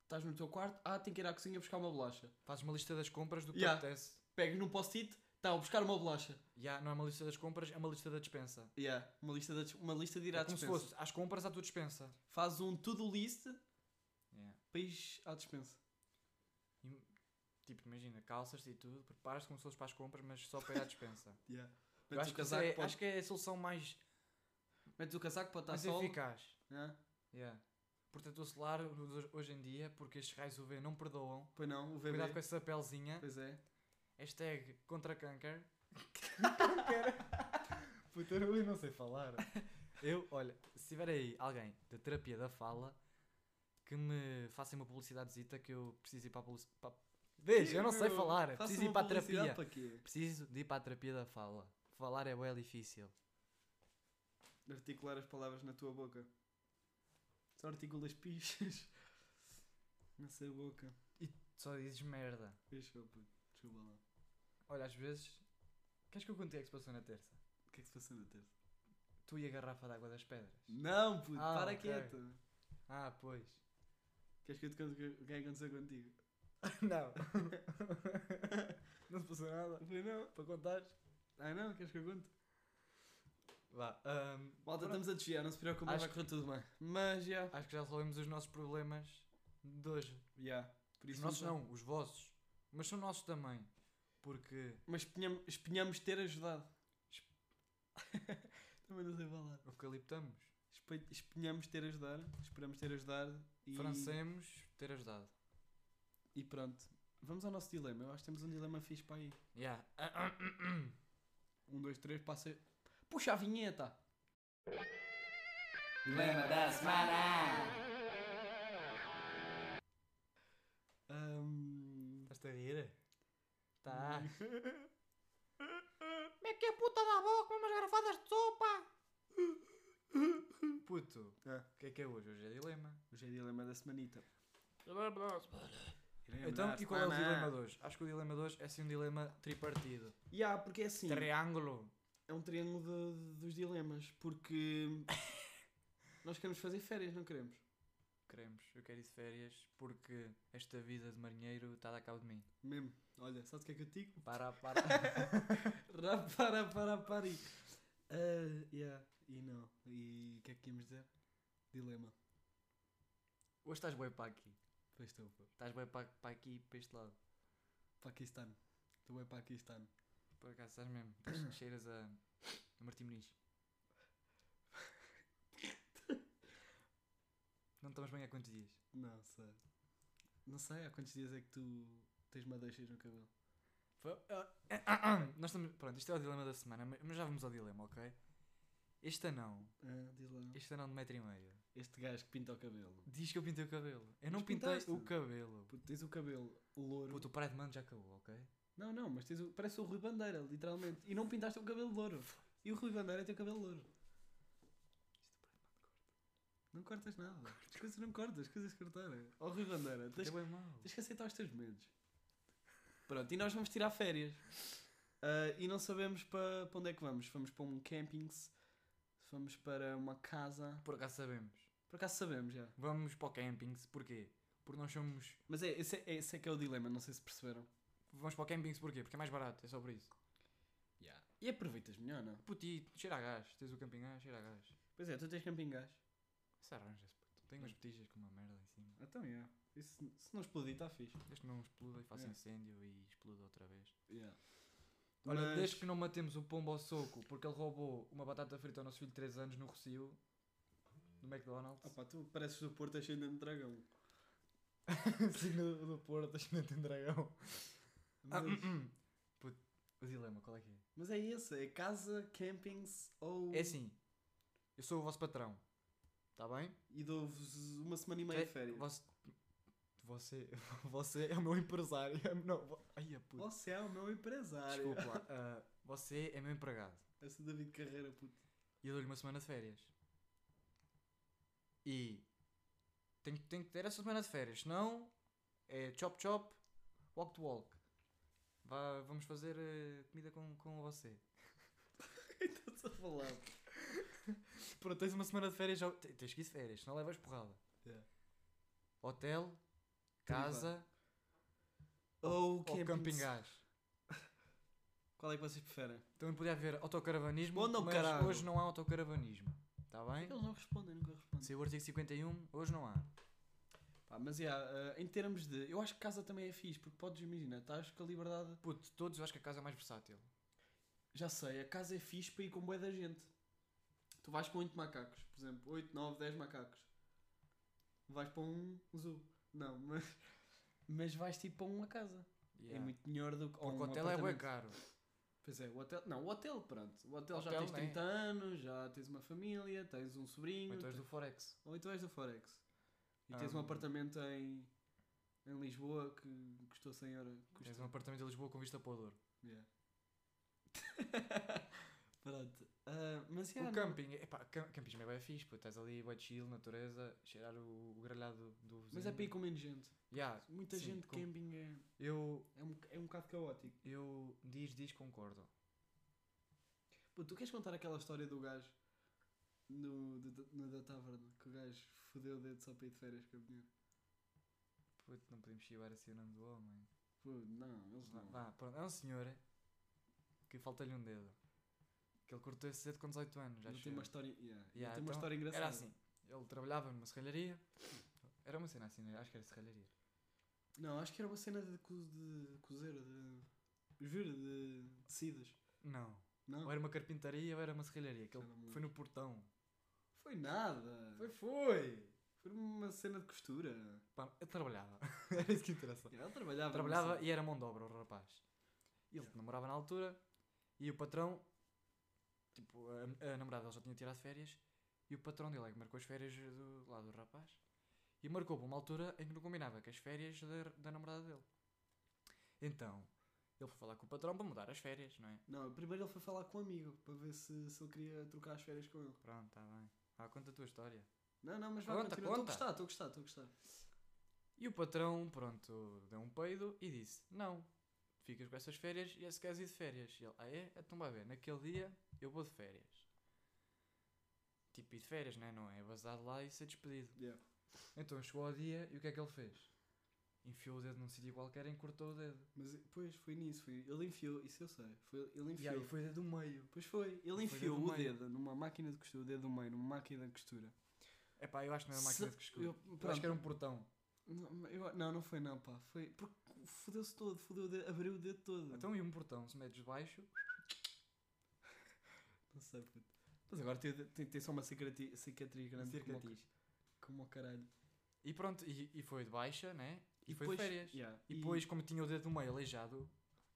[SPEAKER 2] estás no teu quarto, ah, tenho que ir à cozinha buscar uma bolacha.
[SPEAKER 1] Fazes uma lista das compras do que
[SPEAKER 2] Yeah.
[SPEAKER 1] te apetece.
[SPEAKER 2] Pego num post-it, Tá, vou buscar uma bolacha.
[SPEAKER 1] Ya, não é uma lista das compras, é uma lista da dispensa.
[SPEAKER 2] Yeah, uma lista de, uma lista de ir
[SPEAKER 1] É
[SPEAKER 2] à
[SPEAKER 1] como se
[SPEAKER 2] dispensa.
[SPEAKER 1] fosse às compras à tua dispensa.
[SPEAKER 2] Faz um to-do list
[SPEAKER 1] Ya.
[SPEAKER 2] para ir à dispensa.
[SPEAKER 1] E, tipo, imagina, calças e tudo, preparas-te como se fosse para as compras, mas só para ir à dispensa.
[SPEAKER 2] Yeah.
[SPEAKER 1] Eu
[SPEAKER 2] Metes
[SPEAKER 1] acho,
[SPEAKER 2] o
[SPEAKER 1] que isso é,
[SPEAKER 2] casaco para
[SPEAKER 1] acho que é a solução mais,
[SPEAKER 2] metes o casaco para estar
[SPEAKER 1] mais
[SPEAKER 2] sol.
[SPEAKER 1] eficaz.
[SPEAKER 2] Yeah.
[SPEAKER 1] Yeah. Protetor solar ho- hoje em dia, porque estes raios UV não perdoam.
[SPEAKER 2] Pois não, o
[SPEAKER 1] Cuidado com
[SPEAKER 2] bebê.
[SPEAKER 1] essa pelzinha.
[SPEAKER 2] Pois é.
[SPEAKER 1] Hashtag contra câncer.
[SPEAKER 2] Puta, eu não sei falar.
[SPEAKER 1] Eu, olha, se tiver aí alguém da terapia da fala que me faça uma publicidadezita que eu preciso ir para a publicidade. Veja, eu não sei falar. Preciso ir para a terapia.
[SPEAKER 2] Para quê?
[SPEAKER 1] Preciso de ir para a terapia da fala. Falar é bem difícil.
[SPEAKER 2] Articular as palavras na tua boca. Só articulas pichas. Nessa boca.
[SPEAKER 1] Só dizes merda.
[SPEAKER 2] Deixa eu, puto. Desculpa lá.
[SPEAKER 1] Olha, às vezes. Queres que eu conte o que é que se passou na terça?
[SPEAKER 2] O que é que se passou na terça?
[SPEAKER 1] Tu e a garrafa d'água das pedras.
[SPEAKER 2] Não, puto,
[SPEAKER 1] Ah,
[SPEAKER 2] para
[SPEAKER 1] ok.
[SPEAKER 2] quieto.
[SPEAKER 1] Ah, pois.
[SPEAKER 2] Queres que eu te conte o que- o que é que aconteceu contigo?
[SPEAKER 1] Não. não se passou nada.
[SPEAKER 2] Foi não.
[SPEAKER 1] Para contar?
[SPEAKER 2] Ah não, queres que eu conte?
[SPEAKER 1] Vá. hum, ahm,
[SPEAKER 2] Malta,
[SPEAKER 1] pronto.
[SPEAKER 2] estamos a desviar, não se preocupem,
[SPEAKER 1] Acho
[SPEAKER 2] vai correr tudo bem. Mas já.
[SPEAKER 1] Acho que já resolvemos os nossos problemas de hoje.
[SPEAKER 2] Já.
[SPEAKER 1] Os
[SPEAKER 2] Por isso então.
[SPEAKER 1] nossos não, os vossos. Mas são nossos também. Porque.
[SPEAKER 2] Mas espinham- espinhamos ter ajudado. Também não sei falar.
[SPEAKER 1] Eucaliptamos.
[SPEAKER 2] Espe- Espinhamos ter ajudado. Esperamos ter ajudado. E,
[SPEAKER 1] Francemos ter ajudado.
[SPEAKER 2] e pronto. Vamos ao nosso dilema. Eu acho que temos um dilema fixe para aí.
[SPEAKER 1] Yeah.
[SPEAKER 2] Um, dois, três, passa. Puxa a vinheta!
[SPEAKER 3] Dilema da semana.
[SPEAKER 2] Ahm,
[SPEAKER 1] Estás-te a rir? Tá.
[SPEAKER 3] Como é que a puta da boca com umas garrafadas de sopa?
[SPEAKER 1] Puto.
[SPEAKER 2] Ah.
[SPEAKER 1] O que é que é hoje? Hoje é dilema.
[SPEAKER 2] Hoje é dilema da semanita.
[SPEAKER 1] Então, e qual é o dilema de hoje? Acho que o dilema de hoje é sim um dilema tripartido.
[SPEAKER 2] Ya, porque é assim.
[SPEAKER 1] Triângulo.
[SPEAKER 2] É um triângulo de- de- dos dilemas. Porque. nós queremos fazer férias, não queremos?
[SPEAKER 1] Queremos. Eu quero ir de férias porque esta vida de marinheiro está a dar cabo de mim.
[SPEAKER 2] Mesmo. Olha, sabes o que é que eu te digo?
[SPEAKER 1] Para, para.
[SPEAKER 2] Rapara, para, para. Uh, yeah. E não. E o que é que íamos dizer? Dilema.
[SPEAKER 1] hoje estás bem para aqui.
[SPEAKER 2] Pois estou, pô.
[SPEAKER 1] Estás bem para, para aqui, para este lado.
[SPEAKER 2] Paquistão. Estou bem Paquistão.
[SPEAKER 1] Por acaso, estás mesmo. Estás- Cheiras a, a Martim Muniz. Não estamos bem há quantos dias?
[SPEAKER 2] Não sei. Não sei há quantos dias é que tu tens madeixas no cabelo.
[SPEAKER 1] Fa- ah, ah, ah, ah. Nós estamos, pronto, isto é o dilema da semana, mas mas já vamos ao dilema, ok? Este anão,
[SPEAKER 2] Ah, diz lá.
[SPEAKER 1] este anão de metro e meio,
[SPEAKER 2] Este gajo que pinta o cabelo.
[SPEAKER 1] diz que eu pintei o cabelo. Eu não
[SPEAKER 2] Mas
[SPEAKER 1] pintei
[SPEAKER 2] pintaste.
[SPEAKER 1] o cabelo.
[SPEAKER 2] Puto, tens o cabelo louro.
[SPEAKER 1] Puto, o Pride Month já acabou, ok?
[SPEAKER 2] Não, não, mas tens o... parece o Rui Bandeira, literalmente. E não pintaste o cabelo louro. E o Rui Bandeira tem o cabelo louro. é Não cortas nada. As coisas não cortas, as coisas cortaram. Ó Rui Bandeira, tens
[SPEAKER 1] Isto é bem mau.
[SPEAKER 2] Tens que aceitar os teus medos. Pronto, e nós vamos tirar férias. Ah, e não sabemos para onde é que vamos. Vamos para um camping, se vamos para uma casa.
[SPEAKER 1] Por acaso sabemos.
[SPEAKER 2] Por acaso sabemos já.
[SPEAKER 1] Vamos para o camping, porquê? Porque nós somos.
[SPEAKER 2] Mas é, esse, é, esse é que é o dilema, não sei se perceberam.
[SPEAKER 1] Vamos para o camping porquê? Porque é mais barato, é só por isso.
[SPEAKER 2] E aproveitas melhor, não?
[SPEAKER 1] Puti, cheira a gás. Tens o camping gás, cheira a gás.
[SPEAKER 2] Pois é, tu tens camping gás.
[SPEAKER 1] Isso arranja-se, puto. Tem umas petijas com uma merda em cima.
[SPEAKER 2] Então, yeah. Isso, se não explodir, está fixe.
[SPEAKER 1] Desde que não exploda e faça
[SPEAKER 2] Yeah.
[SPEAKER 1] incêndio e exploda outra vez.
[SPEAKER 2] Yeah.
[SPEAKER 1] Olha,
[SPEAKER 2] Mas-
[SPEAKER 1] desde que não matemos o pombo ao soco porque ele roubou uma batata frita ao nosso filho de 3 anos no Rocio, no McDonald's.
[SPEAKER 2] Ah pá, tu pareces do Porto achando de dragão.
[SPEAKER 1] Sim, do, do Assim, Porto, acho que não tem dragão. Ah,
[SPEAKER 2] Mas,
[SPEAKER 1] hum, Puto, o dilema, qual é que é?
[SPEAKER 2] mas é esse, é casa, campings ou...
[SPEAKER 1] É assim, eu sou o vosso patrão, está bem?
[SPEAKER 2] E dou-vos uma semana e meia de
[SPEAKER 1] Que-
[SPEAKER 2] férias.
[SPEAKER 1] É, Você, você, você é o meu empresário. Não, vo- ai, a puta.
[SPEAKER 2] Você é o meu empresário.
[SPEAKER 1] Desculpa lá. Ah, você é meu empregado.
[SPEAKER 2] Essa David Carreira, puto.
[SPEAKER 1] E eu dou-lhe uma semana de férias. E tenho, tenho que ter essa semana de férias. Senão é chop chop, walk to walk. Vá, vamos fazer eh, comida com, com você.
[SPEAKER 2] Estás a falar.
[SPEAKER 1] Pronto, tens uma semana de férias. já- te- Tens que ir de férias, senão levas porrada.
[SPEAKER 2] Yeah.
[SPEAKER 1] Hotel,
[SPEAKER 2] Privado.
[SPEAKER 1] casa
[SPEAKER 2] Ou é
[SPEAKER 1] ou camping
[SPEAKER 2] camping
[SPEAKER 1] gás.
[SPEAKER 2] Qual é que vocês preferem?
[SPEAKER 1] Também podia haver autocaravanismo,
[SPEAKER 2] Onde não,
[SPEAKER 1] mas
[SPEAKER 2] caralho?
[SPEAKER 1] hoje não há autocaravanismo. Está bem?
[SPEAKER 2] Eles não respondem, nunca respondem.
[SPEAKER 1] Saiu o artigo 51, hoje não há.
[SPEAKER 2] Pá, mas yeah, eh, em termos de. Eu acho que casa também é fixe, porque podes imaginar, estás com a liberdade.
[SPEAKER 1] Puto, todos eu acho que a casa é mais versátil.
[SPEAKER 2] Já sei, a casa é fixe para ir com bué da gente. Tu vais com 8 macacos, por exemplo, 8, 9, 10 macacos. Vais para um zoo. Não, mas. Mas vais tipo para uma casa. É
[SPEAKER 1] Yeah.
[SPEAKER 2] muito melhor do que. ou
[SPEAKER 1] Porque
[SPEAKER 2] um
[SPEAKER 1] o hotel é bem
[SPEAKER 2] apartamento.
[SPEAKER 1] caro.
[SPEAKER 2] Pois é, o hotel. Não, o hotel, pronto. O hotel, já
[SPEAKER 1] Hotel,
[SPEAKER 2] tens
[SPEAKER 1] né?
[SPEAKER 2] 30 anos, já tens uma família, tens um sobrinho.
[SPEAKER 1] Então és
[SPEAKER 2] tens-
[SPEAKER 1] do Forex.
[SPEAKER 2] Ou então és do Forex. E tens um
[SPEAKER 1] Ahm.
[SPEAKER 2] apartamento em, em Lisboa que custou 100 euros.
[SPEAKER 1] Tens
[SPEAKER 2] Custa...
[SPEAKER 1] um apartamento em Lisboa com vista para o Douro.
[SPEAKER 2] Yeah. Pronto. Ah, mas yeah,
[SPEAKER 1] o
[SPEAKER 2] não-
[SPEAKER 1] camping, epá, cam- campismo é bem fixe, pô. Estás ali, bem chill, natureza, cheirar o, o gralhado do vizinho.
[SPEAKER 2] Mas é para ir com menos gente.
[SPEAKER 1] Yeah,
[SPEAKER 2] Muita
[SPEAKER 1] Sim,
[SPEAKER 2] gente,
[SPEAKER 1] com-
[SPEAKER 2] camping é,
[SPEAKER 1] eu,
[SPEAKER 2] é, um, é um bocado caótico.
[SPEAKER 1] eu, diz, diz, concordo.
[SPEAKER 2] Pô, tu queres contar aquela história do gajo no, do, do- no da taverna? Que o gajo fodeu o dedo só para ir de férias com a mulher?
[SPEAKER 1] Puto, não podemos chivar assim o nome do homem.
[SPEAKER 2] Pô, não, eles
[SPEAKER 1] Vá,
[SPEAKER 2] não.
[SPEAKER 1] vá, pronto, é um senhor que falta-lhe um dedo. Que ele cortou esse dedo com 18 anos,
[SPEAKER 2] Já
[SPEAKER 1] acho
[SPEAKER 2] tem
[SPEAKER 1] eu.
[SPEAKER 2] uma história, yeah, ele
[SPEAKER 1] Yeah,
[SPEAKER 2] tem uma
[SPEAKER 1] então,
[SPEAKER 2] história engraçada.
[SPEAKER 1] Era assim, ele trabalhava numa serralharia. Era uma cena assim, né? acho que era serralharia.
[SPEAKER 2] Não, acho que era uma cena de, co- de cozer, de. Juro, de tecidos.
[SPEAKER 1] Não.
[SPEAKER 2] Não,
[SPEAKER 1] Ou era uma carpintaria ou era uma serralharia. Que
[SPEAKER 2] Já
[SPEAKER 1] ele
[SPEAKER 2] não me
[SPEAKER 1] foi no portão.
[SPEAKER 2] foi nada. Foi,
[SPEAKER 1] foi!
[SPEAKER 2] foi uma cena de costura.
[SPEAKER 1] Pá, ele trabalhava. era isso que interessa.
[SPEAKER 2] Ela trabalhava.
[SPEAKER 1] Trabalhava e era mão de obra o rapaz. Ele
[SPEAKER 2] Yeah.
[SPEAKER 1] namorava na altura e o patrão, tipo, a, a namorada dele já tinha tirado férias e o patrão dele é que marcou as férias do, lá do rapaz e marcou para uma altura em que não combinava com as férias da, da namorada dele. Então, ele foi falar com o patrão para mudar as férias, não é?
[SPEAKER 2] Não, primeiro ele foi falar com um amigo para ver se, se ele queria trocar as férias com ele.
[SPEAKER 1] Pronto, está bem. Ah, conta a tua história.
[SPEAKER 2] Não, não, mas vai
[SPEAKER 1] Conta,
[SPEAKER 2] continuar. Estou a
[SPEAKER 1] conta.
[SPEAKER 2] gostar, estou a gostar, estou a gostar.
[SPEAKER 1] E o patrão, pronto, deu um peido e disse: Não, ficas com essas férias e é se queres ir de férias. E ele: Ah, é? Então vai ver, naquele dia eu vou de férias. Tipo, ir de férias, né? não é? Vazar lá e ser despedido.
[SPEAKER 2] Yeah.
[SPEAKER 1] Então chegou ao dia e o que é que ele fez? Enfiou o dedo num sítio qualquer e cortou o dedo.
[SPEAKER 2] Mas depois foi nisso, foi. Ele enfiou, isso eu sei. Foi, ele
[SPEAKER 1] E aí
[SPEAKER 2] enfiou.
[SPEAKER 1] foi o dedo do meio.
[SPEAKER 2] Pois foi, ele
[SPEAKER 1] Foi
[SPEAKER 2] enfiou
[SPEAKER 1] dedo
[SPEAKER 2] o
[SPEAKER 1] do meio.
[SPEAKER 2] dedo numa máquina de costura, o dedo do meio, numa máquina de costura.
[SPEAKER 1] É pá, eu acho que não era
[SPEAKER 2] Se-
[SPEAKER 1] máquina de costura.
[SPEAKER 2] eu-
[SPEAKER 1] Eu, acho
[SPEAKER 2] pronto.
[SPEAKER 1] que era um portão.
[SPEAKER 2] Não, eu- não, não foi não, pá. Foi porque fodeu-se todo, fodeu o dedo, abriu o dedo todo.
[SPEAKER 1] Então e um portão, se metes baixo.
[SPEAKER 2] Não sei, puto. Mas agora tem, tem, tem só uma cicatriz, cicatriz grande. como o- Como o caralho.
[SPEAKER 1] E pronto, e, e foi de baixa, né? E, foi de férias.
[SPEAKER 2] yeah,
[SPEAKER 1] E depois, como tinha o dedo do meio aleijado,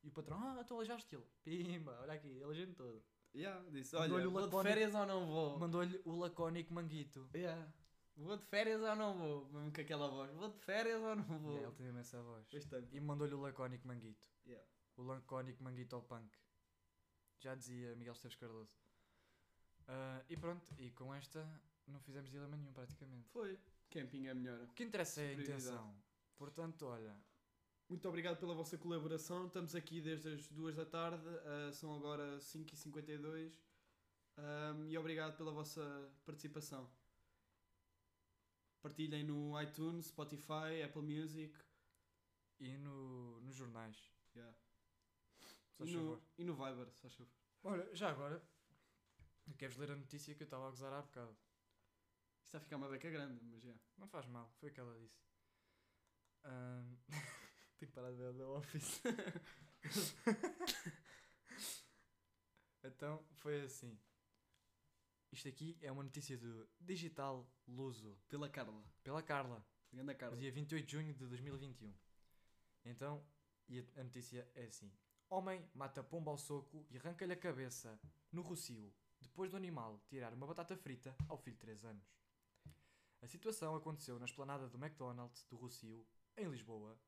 [SPEAKER 1] e o patrão, ah, tu aleijaste ele. Pimba, olha aqui, aleijei-me todo.
[SPEAKER 2] yeah, disse,
[SPEAKER 1] Mandou-lhe
[SPEAKER 2] olha,
[SPEAKER 1] o
[SPEAKER 2] vou de
[SPEAKER 1] lacone-
[SPEAKER 2] férias ou não vou?
[SPEAKER 1] Mandou-lhe o lacónico manguito.
[SPEAKER 2] Yeah. Vou de férias ou não vou? Mesmo com aquela voz. Vou de férias ou não
[SPEAKER 1] E
[SPEAKER 2] vou?
[SPEAKER 1] aí ele teve essa voz.
[SPEAKER 2] Bastante.
[SPEAKER 1] E mandou-lhe o lacónico manguito.
[SPEAKER 2] Yeah.
[SPEAKER 1] O lacónico manguito ao punk. Já dizia Miguel Esteves Cardoso. Ah, e pronto, e com esta não fizemos dilema nenhum praticamente.
[SPEAKER 2] Foi. Camping é melhor.
[SPEAKER 1] O que interessa é a
[SPEAKER 2] Superioridade.
[SPEAKER 1] intenção. Portanto, olha,
[SPEAKER 2] Muito obrigado pela vossa colaboração. Estamos aqui desde as 2 da tarde, ah, são agora 5h52. Ahm, e obrigado pela vossa participação. Partilhem no iTunes, Spotify, Apple Music
[SPEAKER 1] e no, nos jornais.
[SPEAKER 2] yeah.
[SPEAKER 1] se
[SPEAKER 2] e,
[SPEAKER 1] faz
[SPEAKER 2] no,
[SPEAKER 1] favor.
[SPEAKER 2] e no Viber, se faz favor.
[SPEAKER 1] Olha, já agora, queres ler a notícia que eu estava a gozar há bocado?
[SPEAKER 2] Isto está a ficar uma beca grande, mas já.
[SPEAKER 1] Não faz mal, foi o que ela disse. Ahm, Tenho que parar de ver The Office. então, foi assim. Isto aqui é uma notícia do Digital Luso,
[SPEAKER 2] Pela Carla.
[SPEAKER 1] pela Carla,
[SPEAKER 2] Grande
[SPEAKER 1] no
[SPEAKER 2] Carla.
[SPEAKER 1] dia 28 de junho de 2021. Então, e a- a notícia é assim. Homem mata pomba ao soco e arranca-lhe a cabeça no Rocio, depois do animal tirar uma batata frita ao filho de 3 anos. A situação aconteceu na esplanada do McDonald's do Rocio, em Lisboa.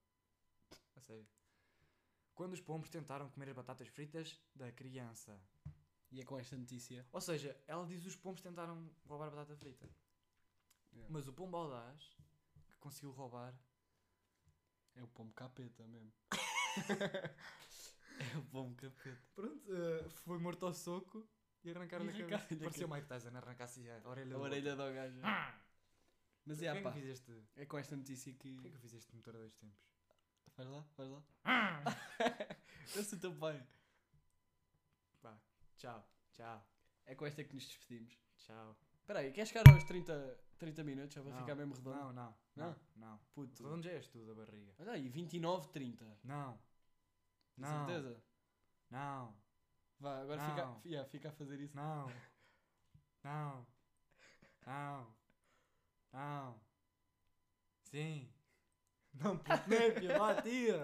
[SPEAKER 1] A sério. Quando os pombos tentaram comer as batatas fritas da criança.
[SPEAKER 2] E é com esta notícia.
[SPEAKER 1] Ou seja, ela diz os pombos tentaram roubar a batata frita.
[SPEAKER 2] Yeah.
[SPEAKER 1] Mas o pombo audaz, que conseguiu roubar,
[SPEAKER 2] É o pombo capeta mesmo. é o pombo capeta.
[SPEAKER 1] Pronto, eh, foi morto ao soco e arrancaram-lhe a
[SPEAKER 2] Arrancaram-lhe a
[SPEAKER 1] cabeça. Parecia
[SPEAKER 2] cabeça.
[SPEAKER 1] o Mike Tyson, arrancasse a orelha
[SPEAKER 2] A
[SPEAKER 1] do
[SPEAKER 2] orelha do gajo.
[SPEAKER 1] Ah!
[SPEAKER 2] Mas
[SPEAKER 1] Porquê
[SPEAKER 2] é,
[SPEAKER 1] que eu
[SPEAKER 2] pá.
[SPEAKER 1] fiz este,
[SPEAKER 2] É com esta notícia que.
[SPEAKER 1] porquê que eu fiz este motor a dois tempos? Ah!
[SPEAKER 2] Faz lá, faz lá. Eu sou teu pai.
[SPEAKER 1] Tchau, tchau,
[SPEAKER 2] É com esta que nos despedimos.
[SPEAKER 1] tchau.
[SPEAKER 2] Espera aí, queres chegar aos 30, 30 minutos? Já vai
[SPEAKER 1] Não,
[SPEAKER 2] ficar mesmo redondo.
[SPEAKER 1] Não, não, não, não.
[SPEAKER 2] Puto.
[SPEAKER 1] Redondo já és tu da barriga.
[SPEAKER 2] Olha aí, 29, 30. Tens
[SPEAKER 1] Não, não,
[SPEAKER 2] certeza?
[SPEAKER 1] não,
[SPEAKER 2] Vá, agora
[SPEAKER 1] Não.
[SPEAKER 2] fica, yeah, fica a fazer isso.
[SPEAKER 1] não, não, não, não. Sim. Não, puto, não é piada, tira.